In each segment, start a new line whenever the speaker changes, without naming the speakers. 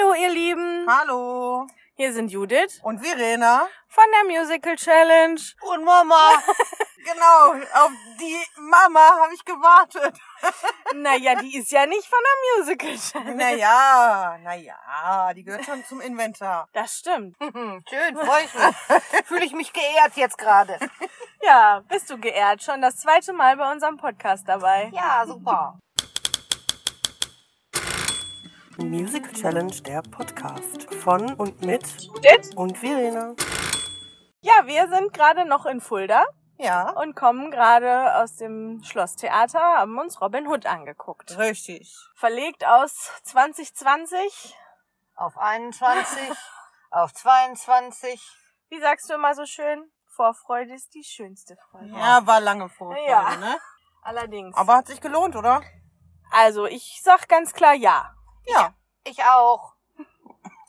Hallo ihr Lieben,
Hallo.
hier sind Judith
Und Verena.
von der Musical Challenge.
Und Mama. genau, auf die Mama habe ich gewartet.
Naja, die ist ja nicht von der Musical Challenge.
Naja, naja, die gehört schon zum Inventar.
Das stimmt.
Hm, Schön, freue ich mich. Fühle ich mich geehrt jetzt gerade.
Ja, bist du geehrt, schon das zweite Mal bei unserem Podcast dabei.
Ja, super.
Musical Challenge, der Podcast. Von und mit
Judith?
und Verena.
Ja, wir sind gerade noch in Fulda
Ja.
und kommen gerade aus dem Schlosstheater, haben uns Robin Hood angeguckt.
Richtig.
Verlegt aus 2020.
Auf 21, auf 22.
Wie sagst du immer so schön? Vorfreude ist die schönste Freude.
Ja, war lange vor.
Ja.
ne?
Allerdings.
Aber hat sich gelohnt, oder?
also, ich sag ganz klar ja.
Ja,
Ich auch.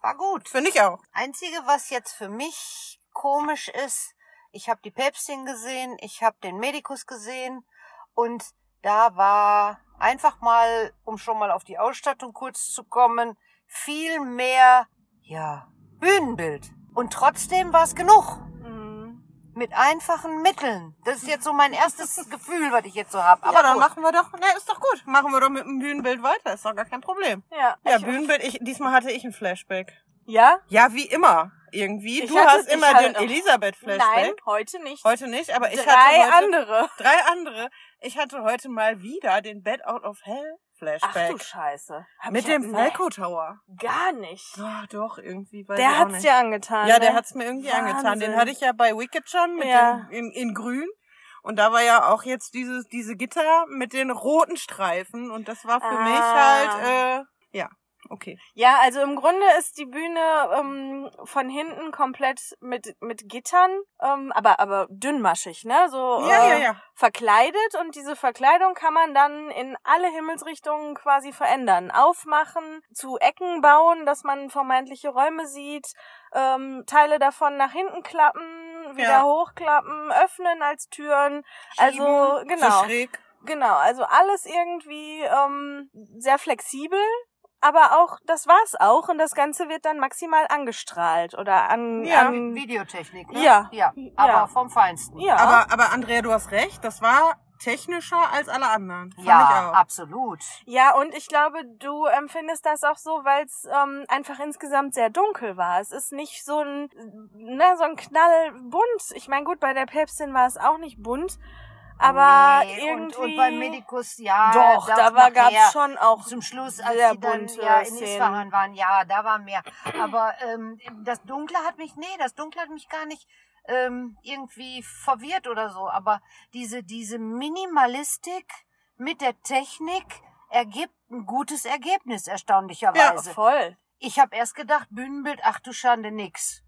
War gut.
finde ich auch.
Einzige, was jetzt für mich komisch ist, ich habe die Päpstin gesehen, ich habe den Medikus gesehen und da war einfach mal, um schon mal auf die Ausstattung kurz zu kommen, viel mehr, ja, Bühnenbild. Und trotzdem war es genug.
Mhm.
Mit einfachen Mitteln. Das ist jetzt so mein erstes Gefühl, was ich jetzt so habe.
Aber
Aber
dann
gut.
machen wir doch, ne, ist doch gut. Machen wir doch mit dem Bühnenbild weiter, ist doch gar kein Problem.
Ja.
Ja, Bühnenbild, ich, diesmal hatte ich ein Flashback.
Ja?
Ja, wie immer. Irgendwie.
Ich
du
hatte-
hast
ich
immer
hatte-
den Elisabeth-Flashback.
Nein, heute nicht.
Heute nicht, aber ich
Drei
hatte heute
andere.
drei andere. Ich hatte heute mal wieder den Bad Out of Hell
Ach du
Flashback.
Scheiße. Hab
mit
ich-
dem
nee,
Falco Tower.
Gar nicht.
Ah, doch, irgendwie. Weiß ich
Der
auch
hat's
nicht.
dir angetan.
Ja,
ne?
der hat's mir irgendwie angetan.
Wahnsinn.
Den hatte ich ja bei Wicked schon mit
Ja.
dem, in, in grün. Und da war ja auch jetzt dieses, diese Gitter mit den roten Streifen. Und das war für
Ah.
mich halt, äh, ja, okay.
Ja, also im Grunde ist die Bühne ähm, von hinten komplett mit mit Gittern, ähm, aber aber dünnmaschig, ne? So
Ja,
äh,
ja, ja.
verkleidet und diese Verkleidung kann man dann in alle Himmelsrichtungen quasi verändern, aufmachen, zu Ecken bauen, dass man vermeintliche Räume sieht, ähm, Teile davon nach hinten klappen, wieder
Ja.
hochklappen, öffnen als Türen. Also
Schieben,
genau.
So schräg.
Genau, also alles irgendwie ähm, sehr flexibel, aber auch, das war's auch und das Ganze wird dann maximal angestrahlt oder an.
Ja.
an,
Videotechnik, ne?
Ähm, Ja.
Ja, aber
Ja.
vom Feinsten.
ja.
Aber, aber Andrea, du hast recht. Das war technischer als alle anderen. Fand
Ja,
ich auch.
absolut.
ja, und ich glaube, du empfindest das auch so, weil es ähm, einfach insgesamt sehr dunkel war. Es ist nicht so ein, ne, so ein knallbunt. Ich meine, gut, bei der Päpstin war es auch nicht bunt, aber
Nee,
irgendwie.
Und, und beim Medikus, ja.
doch, da war, gab's
nachher-
schon auch.
Zum Schluss, als
sehr
sie dann
bunte
ja, in
Szenen.
Isfahan waren, ja, da war mehr. Aber ähm, das Dunkle hat mich, nee, das Dunkle hat mich gar nicht ähm, irgendwie verwirrt oder so. Aber diese, diese Minimalistik mit der Technik ergibt ein gutes Ergebnis, erstaunlicherweise.
voll.
Ich habe erst gedacht, Bühnenbild, ach du Schande, nix.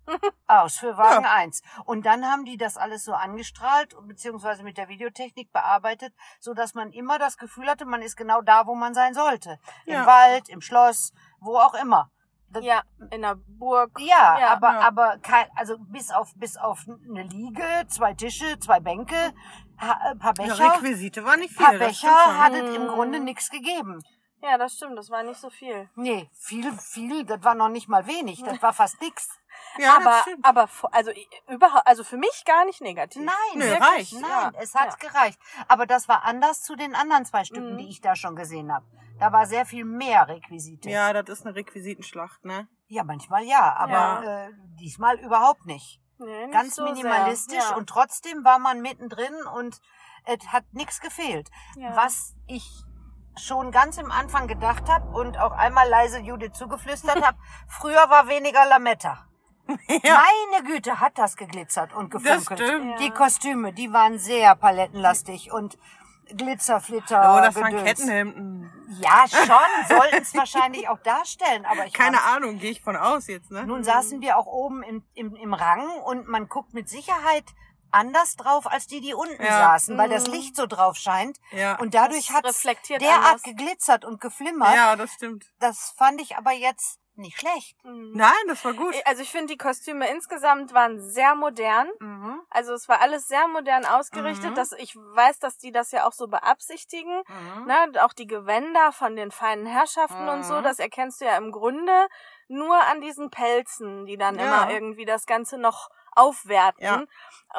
Aus für Wagen eins. Und dann haben die das alles so angestrahlt, beziehungsweise mit der Videotechnik bearbeitet, so dass man immer das Gefühl hatte, man ist genau da, wo man sein sollte.
Ja.
Im Wald, im Schloss, wo auch immer. Das-
Ja, in der Burg.
Ja,
Ja.
aber,
Ja.
aber kein, also bis auf, bis auf eine Liege, zwei Tische, zwei Bänke, ha- ein paar
Ja,
Becher.
Requisite war nicht viel.
paar
das
Becher
stimmt schon.
hat es im
Mhm.
Grunde nichts gegeben.
Ja, das stimmt, das war nicht so viel.
Nee, viel, viel, das war noch nicht mal wenig, das war fast nix.
ja, das
aber,
stimmt.
aber, vo- also, i- überhaupt, also für mich gar nicht negativ.
Nein,
Nö,
wirklich
reicht.
Nein,
Ja,
es hat gereicht. Aber das war anders zu den anderen zwei Stücken,
Mhm.
die ich da schon gesehen habe. Da war sehr viel mehr Requisite.
ja, das ist eine Requisitenschlacht, ne?
ja manchmal ja, aber Äh, diesmal überhaupt nicht.
Nee, nicht
Ganz
so
minimalistisch
sehr. Ja.
und trotzdem war man mittendrin und es hat nichts gefehlt.
Ja.
Was ich schon ganz im Anfang gedacht habe und auch einmal leise Judith zugeflüstert habe, früher war weniger Lametta.
Ja.
Meine Güte, hat das geglitzert und gefunkelt.
stimmt.
Die
Ja.
Kostüme, die waren sehr palettenlastig und Glitzerflitter.
Oh, das waren
Gedöns.
Kettenhemden.
Ja, schon, sollten es wahrscheinlich auch darstellen, aber ich
Keine
fand's-
Ahnung, gehe ich von aus jetzt, ne?
Nun saßen wir auch oben im, im, im Rang und man guckt mit Sicherheit anders drauf als die, die unten
Ja.
saßen, weil das Licht so drauf scheint.
Ja.
Und dadurch
Das
hat
reflektiert
derart
anders.
geglitzert und geflimmert.
ja, das stimmt.
Das fand ich aber jetzt Nicht schlecht.
Mhm.
Nein, das war gut.
Also ich finde, die Kostüme insgesamt waren sehr modern.
Mhm.
Also es war alles sehr modern ausgerichtet.
Mhm.
dass ich weiß, dass die das ja auch so beabsichtigen.
Mhm.
Ne, und auch die Gewänder von den feinen Herrschaften und so,
Mhm.
das erkennst du ja im Grunde nur an diesen Pelzen, die dann
Ja.
immer irgendwie das Ganze noch aufwerten.
Ja.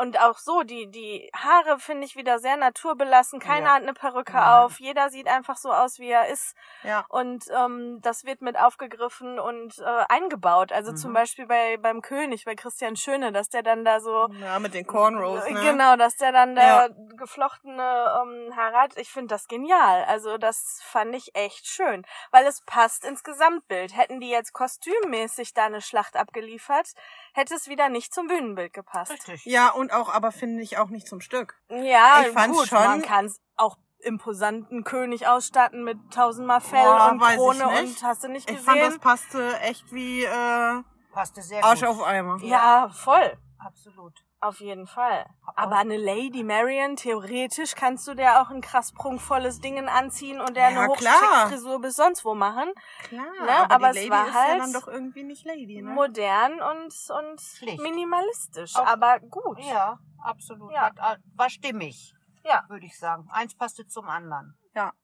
Und auch so, die, die Haare finde ich wieder sehr naturbelassen. Keiner
Ja.
hat eine Perücke
Mhm.
auf. Jeder sieht einfach so aus, wie er ist.
Ja.
Und ähm, das wird mit aufgegriffen und äh, eingebaut. Also zum
Mhm.
Beispiel bei, beim König, bei Christian Schöne, dass der dann da so
Ja, mit den Cornrows, ne?
Genau, dass der dann der
Ja.
geflochtene ähm, Haar hat. Ich finde das genial. Also das fand ich echt schön, weil es passt ins Gesamtbild. Hätten die jetzt kostümmäßig da eine Schlacht abgeliefert, hätte es wieder nicht zum Bühnenbild gepasst.
Richtig.
Ja, und auch, aber finde ich auch nicht zum Stück.
Ja,
Ich fand's
gut,
schon-
man kann es auch imposanten König ausstatten mit tausendmal Fell
Boah,
und
weiß ich
Krone
nicht.
und hast du nicht
Ich
gesehen?
fand, das passte echt wie äh,
Passte sehr
Arsch
gut.
auf Eimer.
ja, voll.
Absolut.
Auf jeden Fall.
Auch-
Aber eine Lady Marion, theoretisch kannst du dir auch ein krass prunkvolles Dingen anziehen und der eine
Ja, klar.
Hochschicksfrisur bis sonst wo machen.
Klar,
Ne, aber es war halt
dann doch irgendwie nicht Lady, ne?
Modern und, und
Schlicht.
minimalistisch,
Auch-
aber gut.
Ja, absolut.
Ja.
Hat- hat- War stimmig.
Ja.
Würde ich sagen. Eins passte zum anderen.
Ja.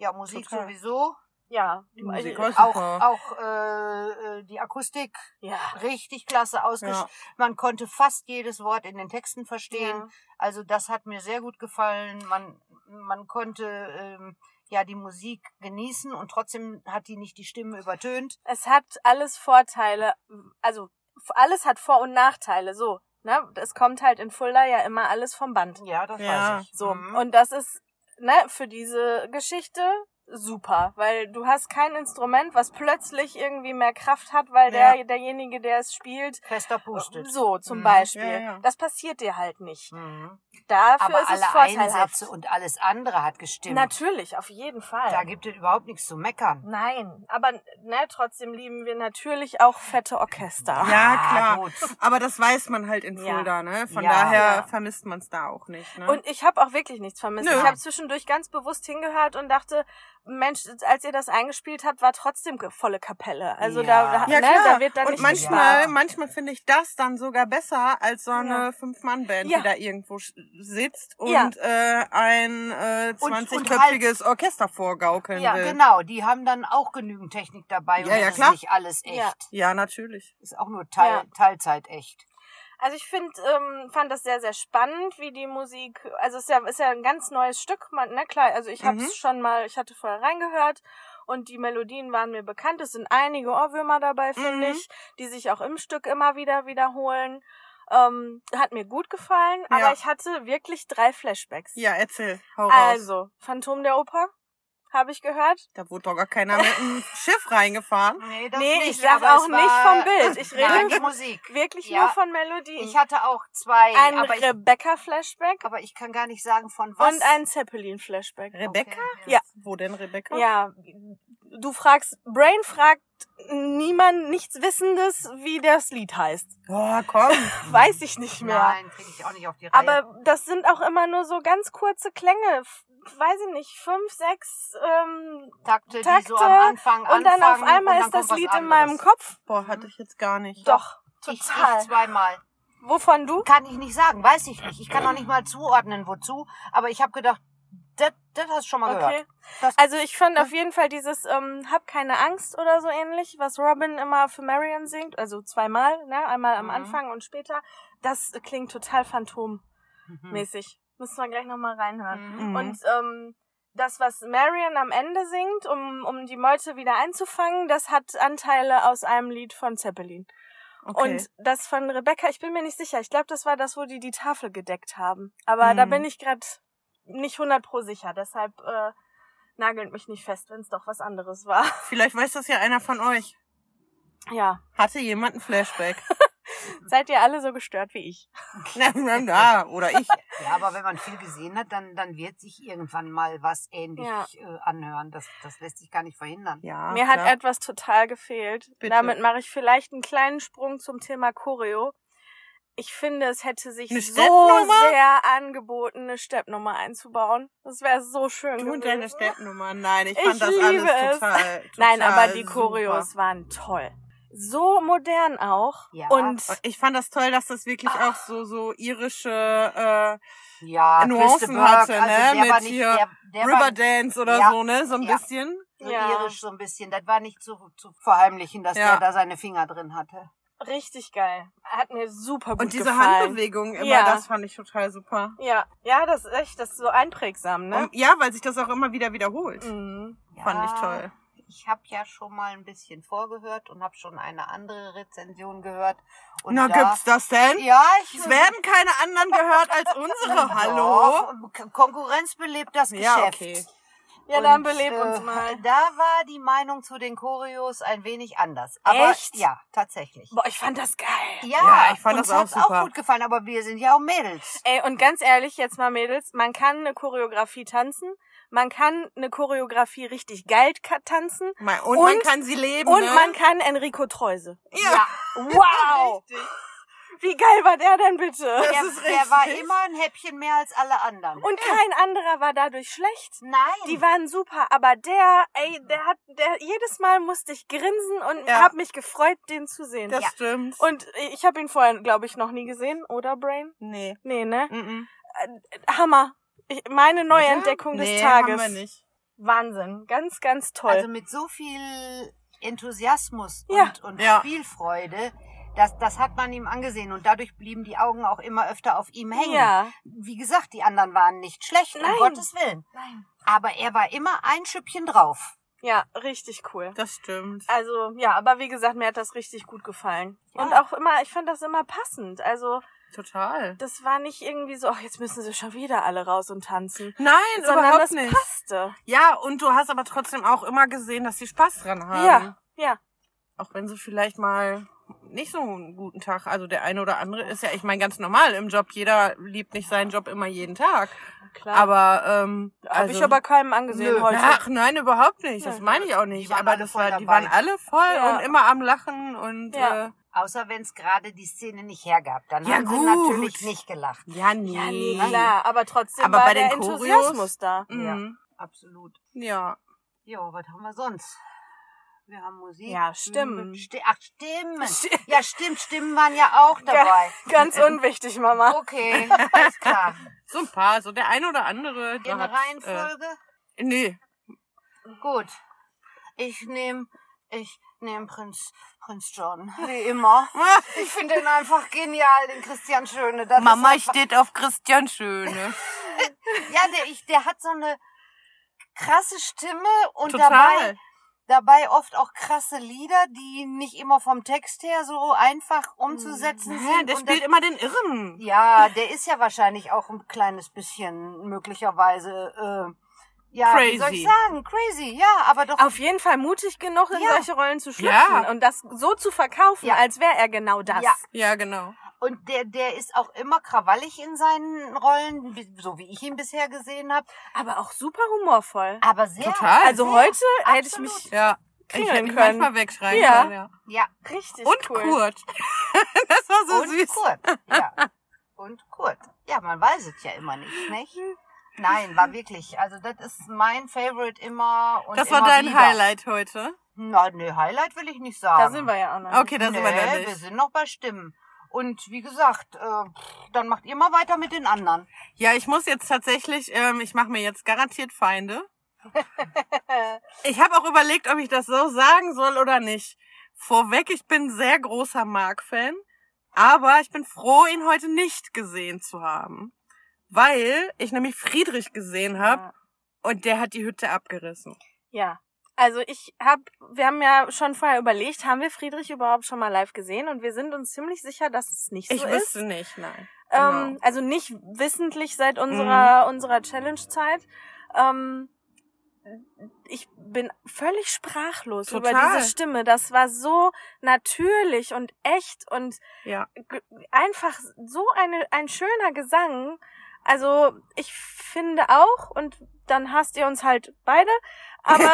Ja, Musik
Total.
sowieso.
Ja.
Die Musik
Also-
war
Auch,
super.
auch äh, äh, die Akustik
ja.
richtig klasse ausgesch.
Ja.
Man konnte fast jedes Wort in den Texten verstehen.
Ja.
Also das hat mir sehr gut gefallen. Man, man konnte ähm, ja die Musik genießen und trotzdem hat die nicht die Stimme übertönt.
Es hat alles Vorteile, also alles hat Vor- und Nachteile, so. Ne? Es kommt halt in Fulda ja immer alles vom Band.
Ja, das
Ja.
weiß ich.
So,
Mhm.
und das ist ne, für diese Geschichte super, weil du hast kein Instrument, was plötzlich irgendwie mehr Kraft hat, weil
Ja.
der, derjenige, der es spielt,
fester pustet.
so zum
Mhm,
Beispiel.
ja, ja.
Das passiert dir halt nicht.
Mhm.
Dafür
Aber
ist es
alle
vorteilhaft.
Einsätze und alles andere hat gestimmt.
Natürlich, auf jeden Fall.
Da gibt es überhaupt nichts zu meckern.
Nein, aber ne, trotzdem lieben wir natürlich auch fette Orchester.
Ja,
Ah,
klar.
gut.
Aber das weiß man halt in
Ja.
Fulda, ne? Von
Ja.
daher
Ja.
vermisst man es da auch nicht, ne?
Und ich habe auch wirklich nichts vermisst.
Nö.
Ich habe zwischendurch ganz bewusst hingehört und dachte, Mensch, als ihr das eingespielt habt, war trotzdem ge- volle Kapelle. Also
Ja.
da, da-
ja,
ne,
klar.
da wird dann
und
nicht
manchmal,
gespart.
manchmal finde ich das dann sogar besser als so eine
Ja.
Fünf-Mann-Band,
Ja.
die da irgendwo sch- sitzt und
Ja. halt
äh, ein äh,
Und- und
20-köpfiges Orchester vorgaukeln
Ja,
will.
Genau, die haben dann auch genügend Technik dabei und
Ja, ja,
das
klar.
ist nicht alles echt.
Ja.
Ja, natürlich.
Ist auch nur Teil,
Ja.
Teilzeit echt.
Also ich finde, ähm, fand das sehr, sehr spannend, wie die Musik, also es ist ja, ist ja ein ganz neues Stück, man, ne, klar, also ich habe es
Mhm.
schon mal, ich hatte vorher reingehört und die Melodien waren mir bekannt. Es sind einige Ohrwürmer dabei, finde
Mhm.
ich, die sich auch im Stück immer wieder wiederholen. Ähm, hat mir gut gefallen, aber
Ja.
ich hatte wirklich drei Flashbacks.
Ja, erzähl. Hau raus.
Also, Phantom der Oper, habe ich gehört.
Da wurde doch gar keiner mit dem Schiff reingefahren.
Nee,
Nee, ich sag auch nicht vom Bild. Ich rede
Nein,
von-
die Musik.
Wirklich
Ja.
nur von Melodien.
Ich hatte auch zwei,
ein
aber ich,
Rebecca-Flashback
aber ich kann gar nicht sagen von was.
und ein Zeppelin-Flashback.
Rebecca?
Ja.
Wo denn Rebecca?
Ja, du fragst, Brain fragt niemand nichts Wissendes, wie das Lied heißt.
Oh, komm.
Weiß ich nicht mehr.
Nein, kriege ich auch nicht auf die Reihe.
Aber das sind auch immer nur so ganz kurze Klänge. F- Weiß ich nicht, fünf, sechs, ähm,
Takte, die
Takte
so am Anfang
und dann auf
anfangen
einmal
und dann
ist das
kommt was
Lied in
anderes.
meinem Kopf.
Boah, hatte ich jetzt gar nicht.
Doch,
Ich, ich
total.
zweimal.
Wovon du?
Kann ich nicht sagen, weiß ich nicht. Ich kann noch nicht mal zuordnen, wozu. Aber ich habe gedacht, das das hast du schon mal
Okay.
gehört. Das-
Also ich fand auf jeden Fall dieses ähm, Hab keine Angst oder so ähnlich, was Robin immer für Marion singt, also zweimal, ne? einmal am
Mhm.
Anfang und später, das klingt total phantommäßig.
Mhm.
Müssen wir gleich nochmal reinhören.
Mhm.
Und ähm, das, was Marion am Ende singt, um, um die Meute wieder einzufangen, das hat Anteile aus einem Lied von Zeppelin.
Okay.
Und das von Rebecca, ich bin mir nicht sicher. Ich glaube, das war das, wo die die Tafel gedeckt haben. Aber da
Mhm.
bin ich gerade nicht 100 pro sicher. Deshalb äh, nagelt mich nicht fest, wenn es doch was anderes war.
Vielleicht weiß das ja einer von euch.
Ja,
Hatte jemand ein Flashback?
seid ihr alle so gestört wie ich?
na, na, na, oder ich.
Ja, aber wenn man viel gesehen hat, dann, dann wird sich irgendwann mal was ähnlich
Ja.
äh, anhören. Das, das lässt sich gar nicht verhindern.
Ja,
Mir
klar.
hat etwas total gefehlt.
Bitte.
Damit mache ich vielleicht einen kleinen Sprung zum Thema Choreo. Ich finde, es hätte sich
Eine
so
Steppnummer?
sehr angeboten, eine Steppnummer einzubauen. Das wäre so schön
Du und
gewesen.
deine Steppnummer. Nein, ich
Ich
fand das
liebe
alles
es.
total, total
Nein, aber die
super.
Choreos waren toll. So modern auch.
Ja.
Und
Und Ich fand das toll, dass das wirklich auch so, so irische äh,
Ja,
Nuancen
Christa Burke,
hatte, ne,
Also der
mit
war nicht,
hier
der, der war
Riverdance oder
Ja.
so, ne? So ein
Ja.
bisschen.
so
Ja.
irisch so ein bisschen. Das war nicht zu, zu verheimlichen, dass
Ja.
der da seine Finger drin hatte.
richtig geil. Hat mir super gut
Und diese
gefallen.
Handbewegung immer,
Ja.
das fand ich total super.
Ja, ja, das ist echt, das ist so einprägsam, ne?
Und, ja, weil sich das auch immer wieder wiederholt.
Mhm.
Fand ich toll.
Ich habe ja schon mal ein bisschen vorgehört und habe schon eine andere Rezension gehört. Und
Na,
da,
gibt's das denn?
Ja, ich
Es werden keine anderen gehört als unsere. Hallo?
Doch, K- Konkurrenz belebt das Geschäft.
Ja, okay.
Ja,
Und,
dann beleb uns
äh,
mal.
Da war die Meinung zu den Choreos ein wenig anders. Aber
Echt?
ja, tatsächlich.
Boah, ich fand das geil.
Ja,
Ja, ich fand
uns
das auch
hat's
super.
auch gut gefallen, aber wir sind ja auch Mädels.
Ey, und ganz ehrlich, jetzt mal Mädels, man kann eine Choreografie tanzen, man kann eine Choreografie richtig geil ka- tanzen
Mein- Und,
Und-
man kann sie leben.
und
ne?
man kann Enrico Treuse.
Ja,
Wow!
richtig.
Wie geil war der denn bitte?
Der,
Genau. ist
der war
richtig.
immer ein Häppchen mehr als alle anderen.
Und kein anderer war dadurch schlecht.
Nein.
Die waren super, aber der, ey, der hat, der, jedes Mal musste ich grinsen und
Ja.
hab mich gefreut, den zu sehen.
Das
Ja.
stimmt.
Und ich habe ihn vorher, glaube ich, noch nie gesehen, oder Brain?
nee.
Nee, ne?
Mhm.
Hammer. Ich, meine Neuentdeckung
nee,
des Tages.
Haben wir nicht.
Wahnsinn. Ganz, ganz toll.
Also mit so viel Enthusiasmus
Ja.
und, und
Ja.
Spielfreude, das, das hat man ihm angesehen und dadurch blieben die Augen auch immer öfter auf ihm hängen.
Ja.
Wie gesagt, die anderen waren nicht schlecht,
Nein.
um Gottes Willen.
Nein.
Aber er war immer ein Schüppchen drauf.
Ja, richtig cool.
Das stimmt.
Also, ja, aber wie gesagt, mir hat das richtig gut gefallen.
Ja.
Und auch immer, ich fand das immer passend. Also,
Total.
das war nicht irgendwie so, ach, jetzt müssen sie schon wieder alle raus und tanzen.
Nein,
Sondern
überhaupt
das
nicht.
passte.
Ja, und du hast aber trotzdem auch immer gesehen, dass sie Spaß dran haben.
Ja, ja.
Auch wenn sie vielleicht mal nicht so einen guten Tag, also der eine oder andere ist ja, ich meine, ganz normal im Job. Jeder liebt nicht seinen Job immer jeden Tag.
Klar.
Aber, ähm,
Hab ich aber keinem angesehen
Nö.
heute.
Ach nein, überhaupt nicht. Das
Ja.
meine ich auch
Die
nicht.
waren
Aber
alle
das
voll
war, die
dabei.
waren alle voll
Ja.
und immer am Lachen und
Ja.
äh,
Außer wenn es gerade die Szene nicht hergab. Dann
Ja,
haben
gut.
sie natürlich nicht gelacht.
ja, nee.
Ja, nee, klar. Aber trotzdem
Aber
war
bei
der
den Choreos-
Enthusiasmus da.
Mhm.
Absolut.
Ja.
Jo, was haben wir sonst? Wir haben Musik.
Ja, Stimmen.
Sti Ach, Stimmen. Ja, stimmt, Stimmen waren ja auch dabei.
Ganz unwichtig, Mama.
Okay, alles klar.
So ein paar, so der eine oder andere.
In
der hat,
Reihenfolge?
Äh, nee.
Gut. Ich nehme ich nehm Prinz, Prinz John, wie immer. Ich finde ihn einfach genial, den Christian Schöne. Das ist
Mama
einfach,
steht auf Christian Schöne.
ja, der, ich, der hat so eine krasse Stimme und
Total.
dabei, dabei oft auch krasse Lieder, die nicht immer vom Text her so einfach umzusetzen
Ja,
sind.
der
Und
spielt
das-
immer den Irren.
ja, der ist ja wahrscheinlich auch ein kleines bisschen möglicherweise äh, ja, wie soll ich
Crazy.
sagen, crazy, ja, aber doch
Auf jeden Fall mutig genug, in
Ja.
solche Rollen zu schlüpfen
Ja.
und das so zu verkaufen,
Ja.
als wäre er genau das.
Ja.
Ja, genau.
Und der, der ist auch immer krawallig in seinen Rollen, bi- so wie ich ihn bisher gesehen habe.
Aber auch super humorvoll.
Aber sehr.
Total.
Also heute hätte ich
absolut.
mich
Ja.
Klingeln
ich hätte mich
können.
manchmal wegschreien
Ja.
können. Ja.
Ja.
richtig
Und
cool.
Kurt. das war so
und
süß.
Kurt. Ja. Und Kurt. Ja, man weiß es ja immer nicht, nicht? Nein, war wirklich. Also das ist mein Favorite immer. Und
Das
immer
war dein
wieder.
Highlight heute.
Na, ne, Highlight will ich nicht sagen.
Da sind wir ja auch noch.
Okay, da sind
nee,
wir da nicht.
wir sind noch bei Stimmen. Und wie gesagt, äh, pff, dann macht ihr mal weiter mit den anderen.
Ja, ich muss jetzt tatsächlich, ähm, ich mache mir jetzt garantiert Feinde. ich habe auch überlegt, ob ich das so sagen soll oder nicht. Vorweg, ich bin sehr großer Mark-Fan, aber ich bin froh, ihn heute nicht gesehen zu haben. Weil ich nämlich Friedrich gesehen habe
Ja.
und der hat die Hütte abgerissen.
ja. Also ich habe, wir haben ja schon vorher überlegt, haben wir Friedrich überhaupt schon mal live gesehen und wir sind uns ziemlich sicher, dass es nicht so
ich
ist.
wüsste nicht, nein.
Ähm, also nicht wissentlich seit unserer,
Mhm.
unserer Challenge-Zeit. Ähm, ich bin völlig sprachlos über
Total.
diese Stimme. Das war so natürlich und echt und
Ja.
g- einfach so eine, ein schöner Gesang. Also ich finde auch, und dann hasst ihr uns halt beide, aber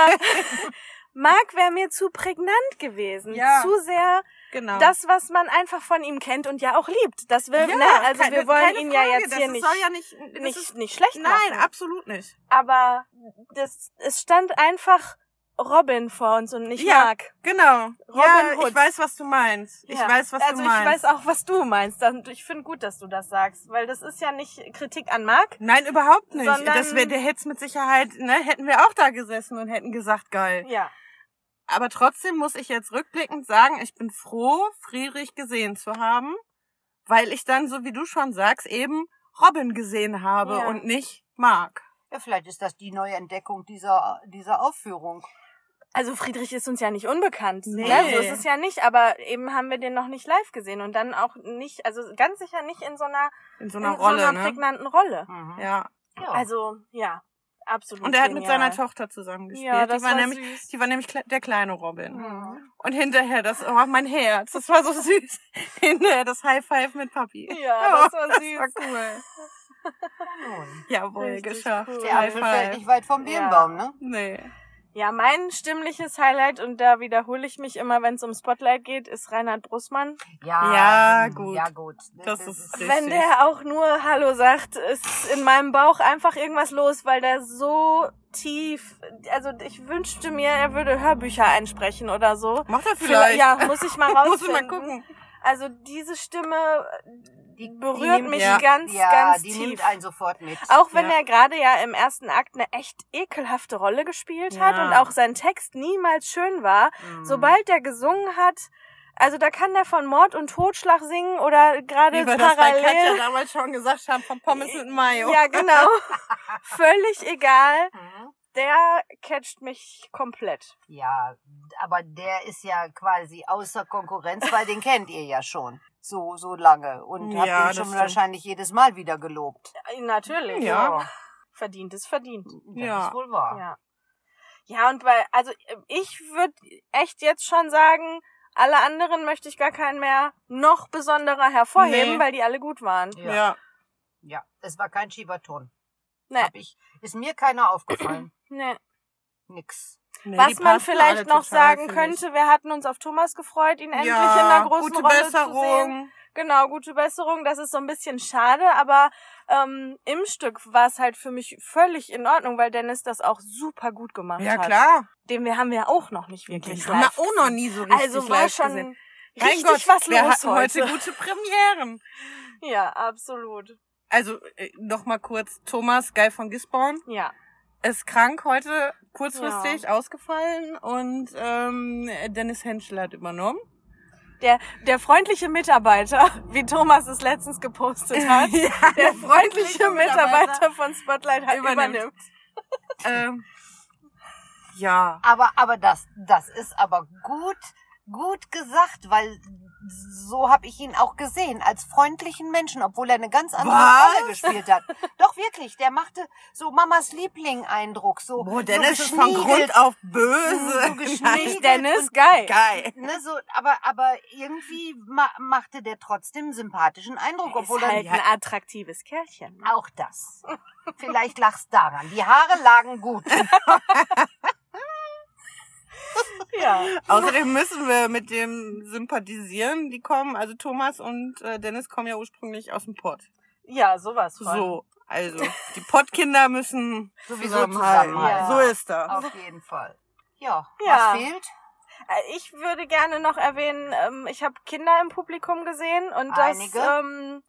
Mark wäre mir zu prägnant gewesen.
Ja.
Zu sehr
Genau.
das, was man einfach von ihm kennt und ja auch liebt. Das will, ne? Also
keine-
wir wollen
keine
ihn
Frage,
ja jetzt
das
hier
ist-
nicht,
soll ja nicht, das
nicht,
ist,
nicht schlecht
nein,
machen.
absolut nicht.
Aber das, es stand einfach Robin vor uns und nicht
Ja.
Mark.
Genau. ja,
Hood.
ich weiß, was du meinst. Ich
Ja.
weiß, was
also
du meinst.
ich weiß auch, was du meinst. Und ich finde gut, dass du das sagst, weil das ist ja nicht Kritik an Mark.
Nein, überhaupt nicht.
Sondern-
das wär, der hätte mit Sicherheit, ne, hätten wir auch da gesessen und hätten gesagt, geil.
Ja.
Aber trotzdem muss ich jetzt rückblickend sagen, ich bin froh, Friedrich gesehen zu haben, weil ich dann, so wie du schon sagst, eben Robin gesehen habe
Ja.
und nicht Mark.
Ja, vielleicht ist das die neue Entdeckung dieser, dieser Aufführung.
Also Friedrich ist uns ja nicht unbekannt.
Nee.
Ne? So ist es ja nicht, aber eben haben wir den noch nicht live gesehen und dann auch nicht, also ganz sicher nicht in so einer,
In so einer
in
Rolle,
so einer
ne?
prägnanten Rolle.
Mhm.
Ja.
Ja.
Also, ja, absolut.
Und er hat mit
genial.
seiner Tochter zusammengespielt.
Ja,
die
das
war,
war
nämlich,
süß.
die war nämlich kle- der kleine Robin.
Mhm.
Und hinterher das, oh, mein Herz, das war so süß. hinterher das High Five mit Papi.
Ja, das war süß.
Das war cool.
Nun.
Jawohl,
Richtig
geschafft.
cool.
Der
High
Apfel fällt
Five.
nicht weit vom
Ja.
Birnbaum, ne?
Nee.
Ja, mein stimmliches Highlight, und da wiederhole ich mich immer, wenn es um Spotlight geht, ist Reinhard Brussmann.
Ja,
hm,
gut.
Ja, gut.
Das ist richtig.
Wenn der auch nur Hallo sagt, ist in meinem Bauch einfach irgendwas los, weil der so tief, also ich wünschte mir, er würde Hörbücher einsprechen oder so.
Macht er vielleicht.
Ja, muss ich mal rausfinden.
Muss ich mal gucken.
Also diese Stimme
Die- die
berührt
nimmt-
mich
Ja.
ganz,
ja,
ganz
die
tief.
nimmt einen sofort mit.
Auch wenn
Ja.
er gerade ja im ersten Akt eine echt ekelhafte Rolle gespielt hat
Ja.
und auch sein Text niemals schön war,
Mhm.
sobald er gesungen hat, also da kann der von Mord und Totschlag singen oder gerade
Wie wir das bei Katja
parallel. Äh,
damals schon gesagt haben, von Pommes mit Mayo.
Ja, genau. Völlig egal.
Mhm.
Der catcht mich komplett.
Ja, aber der ist ja quasi außer Konkurrenz, weil den kennt ihr ja schon so so lange und
Ja,
habt
das
ihn schon
stimmt.
wahrscheinlich jedes Mal wieder gelobt. Oh,
Äh, Natürlich.
Ja.
Verdient ist verdient.
Das
Ja.
ist wohl wahr.
Ja. Ja, und bei, also äh, ich würde echt jetzt schon sagen, alle anderen möchte ich gar keinen mehr noch besonderer hervorheben,
Nee.
weil die alle gut waren.
Ja.
Ja.
Ja, es war kein Schieberton.
Nee.
Hab ich, ist mir keiner aufgefallen.
Nee.
Nix.
Nee, die
Was man
passen alle
vielleicht noch
total,
sagen
finde ich.
könnte, wir hatten uns auf Thomas gefreut, ihn endlich in
ja,
einer großen
gute
Rolle zu sehen.
Besserung.
Genau, gute Besserung. Das ist so ein bisschen schade, aber ähm, im Stück war es halt für mich völlig in Ordnung, weil Dennis das auch super gut gemacht
Ja,
hat.
klar.
Den wir haben wir auch noch nicht wirklich
haben wir
live
auch noch nie so richtig
Also war
live
schon
gesehen. Mein
richtig
Gott,
was
wir
los
hatten heute.
heute.
gute Premieren.
Ja, absolut.
Also, äh, noch mal kurz. Thomas Geil von Gisborne
Ja.
ist krank heute, kurzfristig ausgefallen und ähm, Dennis Henschel hat übernommen.
Der, der freundliche Mitarbeiter, wie Thomas es letztens gepostet hat, der freundliche Mitarbeiter von Spotlight hat
Übernimmt.
übernimmt.
ähm, ja.
Aber aber das das ist aber gut gut gesagt, weil so habe ich ihn auch gesehen als freundlichen Menschen, obwohl er eine ganz andere
Was?
Rolle gespielt hat. Doch wirklich, der machte so Mamas Liebling Eindruck, so
Boah, Oh, Dennis
so
ist von
geschniegelt.
Grund auf böse.
So geschniegelt.
Nicht Dennis, geil.
Geil.
Ne, so, aber, aber irgendwie ma machte der trotzdem einen sympathischen Eindruck, obwohl
ist halt
er
ein attraktives Kerlchen. ne?
auch das. Vielleicht lag's daran. Die Haare lagen gut.
Ja.
Außerdem müssen wir mit dem sympathisieren. Die kommen, also Thomas und äh, Dennis kommen ja ursprünglich aus dem Pott.
Ja, sowas von.
So. Also, die Pottkinder müssen
Sowieso
zusammenhalten.
zusammenhalten.
So ist das.
Auf jeden Fall. Ja,
Ja.
was fehlt?
Äh, Ich würde gerne noch erwähnen, ähm, ich habe Kinder im Publikum gesehen und
Einige.
das ähm,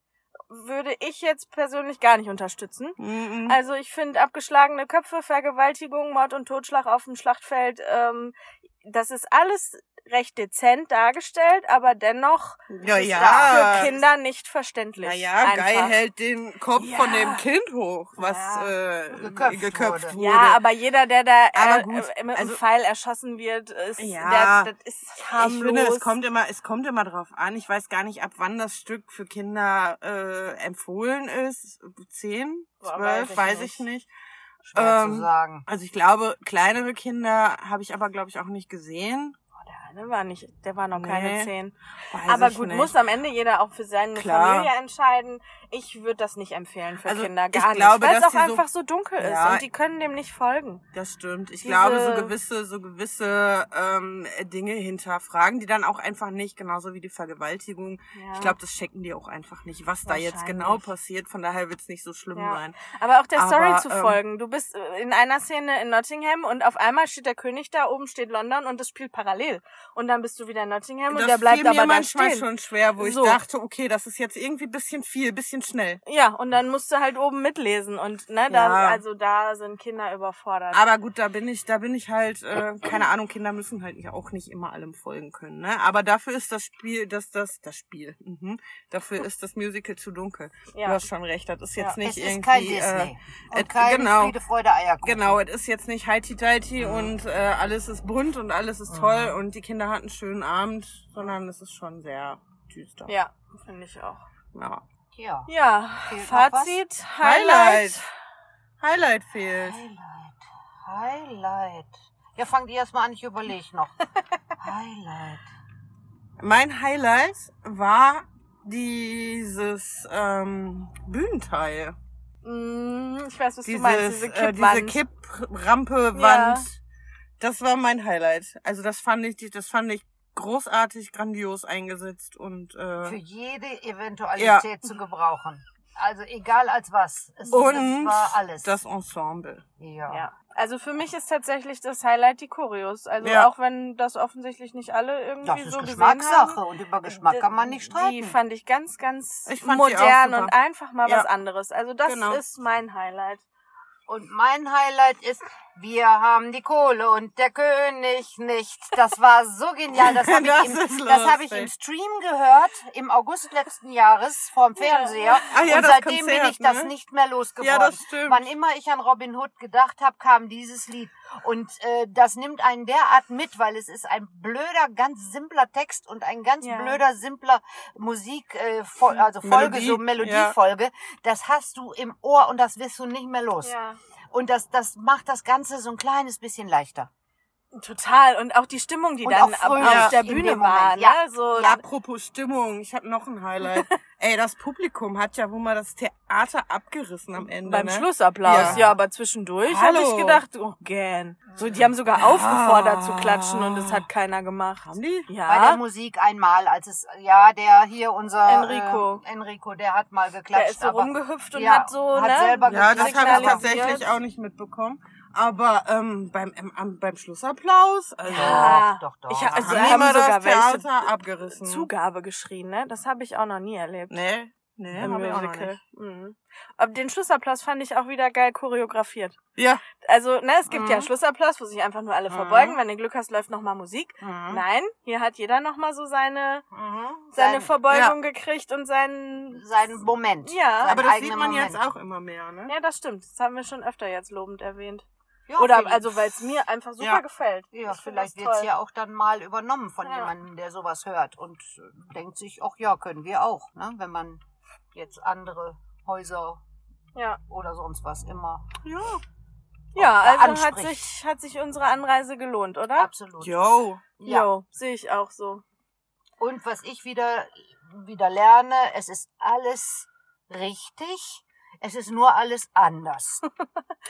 würde ich jetzt persönlich gar nicht unterstützen.
Mhm.
Also ich finde abgeschlagene Köpfe, Vergewaltigung, Mord und Totschlag auf dem Schlachtfeld, ähm, das ist alles recht dezent dargestellt, aber dennoch
ja,
ist
ja.
für Kinder nicht verständlich.
Na ja,
Einfach.
Guy hält den Kopf
Ja.
von dem Kind hoch, was
Ja.
äh,
Geköpft
geköpft,
wurde.
wurde.
Ja, aber jeder, der da
Aber
äh,
gut,
äh, mit
also-
einem Pfeil erschossen wird, ist,
Ja.
der, das ist harmlos.
ich finde, es kommt immer, es kommt immer drauf an. Ich weiß gar nicht, ab wann das Stück für Kinder äh, empfohlen ist. Zehn,
Boah,
zwölf, weiß,
weiß ich
ich
nicht.
nicht.
Schwer zu
Ähm,
sagen.
Also ich glaube, kleinere Kinder habe ich aber, glaube ich, auch nicht gesehen.
Oh, der
der ne, war nicht, der war noch keine
Nee.
zehn.
Weiß
Aber
ich
gut,
nicht.
muss am Ende jeder auch für seine
Klar.
Familie entscheiden. Ich würde das nicht empfehlen für
Also,
Kinder,
ich
gar
glaube,
nicht, weil es
dass
auch
die so-
einfach so dunkel ist
Ja.
und die können dem nicht folgen.
Das stimmt. Ich
Diese-
glaube, so gewisse, so gewisse ähm, Dinge hinterfragen die dann auch einfach nicht, genauso wie die Vergewaltigung.
Ja.
Ich glaube, das checken die auch einfach nicht, was da jetzt
Wahrscheinlich.
genau passiert. Von daher wird's nicht so schlimm
Ja.
sein.
Aber auch der Story
Aber,
zu
ähm,
folgen. Du bist äh, in einer Szene in Nottingham und auf einmal steht der König da, oben steht London und das spielt parallel. Und dann bist du wieder in Nottingham und der bleibt
fiel mir
aber da
manchmal
stehen.
schon schwer, wo
So.
ich dachte, okay, das ist jetzt irgendwie ein bisschen viel, bisschen schnell.
Ja, und dann musst du halt oben mitlesen und ne, da,
Ja.
also da sind Kinder überfordert.
Aber gut, da bin ich, da bin ich halt, äh, keine Ahnung, Kinder müssen halt nicht- auch nicht immer allem folgen können. Ne? Aber dafür ist das Spiel, das, das, das Spiel, mhm. dafür ist das Musical zu dunkel.
Ja.
Du hast schon recht, das ist jetzt
Ja.
nicht
es
irgendwie.
ist kein
Äh,
Disney.
äh,
und kein
genau.
Friede, Freude, Eierkuchen.
Genau, es ist jetzt nicht heiti-deiti und äh, alles ist bunt und alles ist toll und die Kinder hatten einen schönen Abend, sondern es ist schon sehr düster.
ja, finde ich auch.
ja.
Ja.
Ja,
Fehlt noch
Fazit, Highlight.
Highlight. Highlight fehlt.
Highlight. Highlight. Ja, fang die erstmal an, ich überlege noch. Highlight.
Mein Highlight war dieses ähm, Bühnenteil.
Mm, Ich weiß, was
Dieses,
du meinst, diese
äh,
Kippwand.
diese Kipprampe,
Ja.
Wand. Das war mein Highlight. Also das fand ich, das fand ich großartig, grandios eingesetzt und
Für
äh,
jede Eventualität zu gebrauchen. Also egal als was. Es,
und
es war alles.
das Ensemble.
ja.
ja. Also für mich ist tatsächlich das Highlight die Choreos. Also
Ja.
auch wenn das offensichtlich nicht alle irgendwie
Das ist
so gesehen
Geschmackssache
haben. äh,
und über Geschmack kann man nicht
Die
streiten.
fand ich ganz, ganz
Ich fand die auch
modern
super.
und einfach mal
Ja.
was anderes. Also das
Genau.
ist mein Highlight.
Und mein Highlight ist, wir haben die Kohle und der König nicht. Das war so genial. Das habe
Das
ich,
ist
im- das hab ich
lustig.
im Stream gehört, im August letzten Jahres vorm Fernseher.
Ah ja,
und
das
seitdem bin
Konzert,
ich das
ne?
nicht mehr losgeworden.
Ja, das stimmt.
Wann immer ich an Robin Hood gedacht habe, kam dieses Lied. Und äh, das nimmt einen derart mit, weil es ist ein blöder, ganz simpler Text und ein ganz
Ja.
blöder, simpler Musik, äh, Fol- also Folge,
Melodie,
so
ja.
Melodiefolge. Das hast du im Ohr und das wirst du nicht mehr los.
Ja.
Und das, das macht das Ganze so ein kleines bisschen leichter.
Total. Und auch die Stimmung, die
Und
dann
auch
ab-
fröhlich
auf der
in dem
Bühne
Moment.
war. Ne?
Ja.
So,
Ja, apropos Stimmung, ich habe noch ein Highlight. Ey, das Publikum hat ja wohl mal das Theater abgerissen am Ende.
Beim
ne?
Schlussapplaus, ja,
Ja.
aber zwischendurch habe
Hallo.
ich gedacht, oh gern. So, die haben sogar aufgefordert zu klatschen und es hat keiner gemacht.
Haben die?
Bei der
Ja,
Musik einmal, als es, ja, der hier, unser
Enrico.
Äh, Enrico, der hat mal geklatscht.
der ist so
aber,
rumgehüpft und
Ja,
hat so,
hat
ne?
selber
Ja, das
geklatscht.
habe ich
Signalisiert.
tatsächlich auch nicht mitbekommen. Aber ähm, beim, ähm, am- beim Schlussapplaus, also,
Ja. doch, doch.
Ich, ha- also,
haben
da
die
haben
mal
sogar
das
welche
Theater abgerissen.
Zugabe geschrien, ne? Das habe ich auch noch nie erlebt.
Nee, nee,
Im
hab ich auch noch
Musical.
nicht.
Mhm. Aber den Schlussapplaus fand ich auch wieder geil choreografiert.
Ja,
Also, ne, es gibt
Mhm.
ja Schlussapplaus, wo sich einfach nur alle
Mhm.
verbeugen. Wenn du Glück hast, läuft nochmal Musik.
Mhm.
Nein, hier hat jeder nochmal so seine,
Mhm.
seine
Sein,
Verbeugung gekriegt und seinen...
sein Moment.
Ja.
Sein
aber das sieht
eigener
man
Moment.
jetzt auch immer mehr, ne?
Ja, das stimmt. Das haben wir schon öfter jetzt lobend erwähnt.
Ja,
Oder
vielleicht-
also, weil es mir einfach super
Ja.
gefällt.
Ja,
Ich find
vielleicht
das
wird es
toll.
ja auch dann mal übernommen von
Ja.
jemandem, der sowas hört und äh, denkt sich, ach ja, können wir auch, ne? wenn man jetzt andere Häuser
Ja.
oder sonst was immer.
Ja.
Ja,
auch
also hat
anspricht.
sich, hat sich unsere Anreise gelohnt, oder?
Absolut.
Yo.
Ja.
Jo, sehe ich auch so.
Und was ich wieder, wieder lerne, es ist alles richtig, es ist nur alles anders.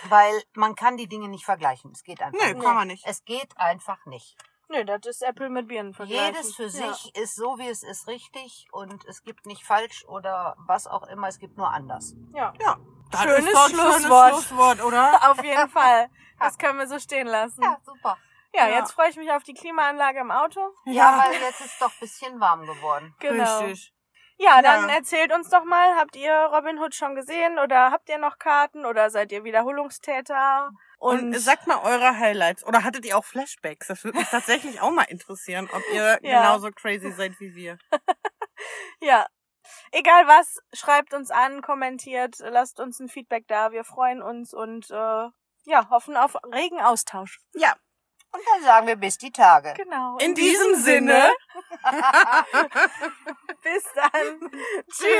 Weil man kann die Dinge nicht vergleichen. Es geht einfach
Nee,
nicht.
kann man nicht.
Es geht einfach nicht.
Nö, das ist Apple mit Birnen vergleichen.
Jedes für
Ja.
sich ist so, wie es ist, richtig und es gibt nicht falsch oder was auch immer, es gibt nur anders.
Ja.
Ja. Das
Schönes
ist doch ein
Schlusswort.
Schönes Schlusswort, oder?
Auf jeden Fall. Das können wir so stehen lassen. Ja,
super.
Ja.
jetzt freue ich mich auf die Klimaanlage im Auto.
Ja, weil jetzt ist doch ein bisschen warm geworden.
Genau.
Richtig.
Ja, dann
Ja.
erzählt uns doch mal, habt ihr Robin Hood schon gesehen oder habt ihr noch Karten oder seid ihr Wiederholungstäter?
Und, sagt mal eure Highlights. Oder hattet ihr auch Flashbacks? Das würde mich tatsächlich auch mal interessieren, ob ihr
Ja.
genauso crazy seid wie wir.
ja, egal was, schreibt uns an, kommentiert, lasst uns ein Feedback da. Wir freuen uns und äh, ja, hoffen auf regen Austausch.
Ja.
Und dann sagen wir bis die Tage.
Genau.
In diesem Sinne.
Bis dann. Tschüss.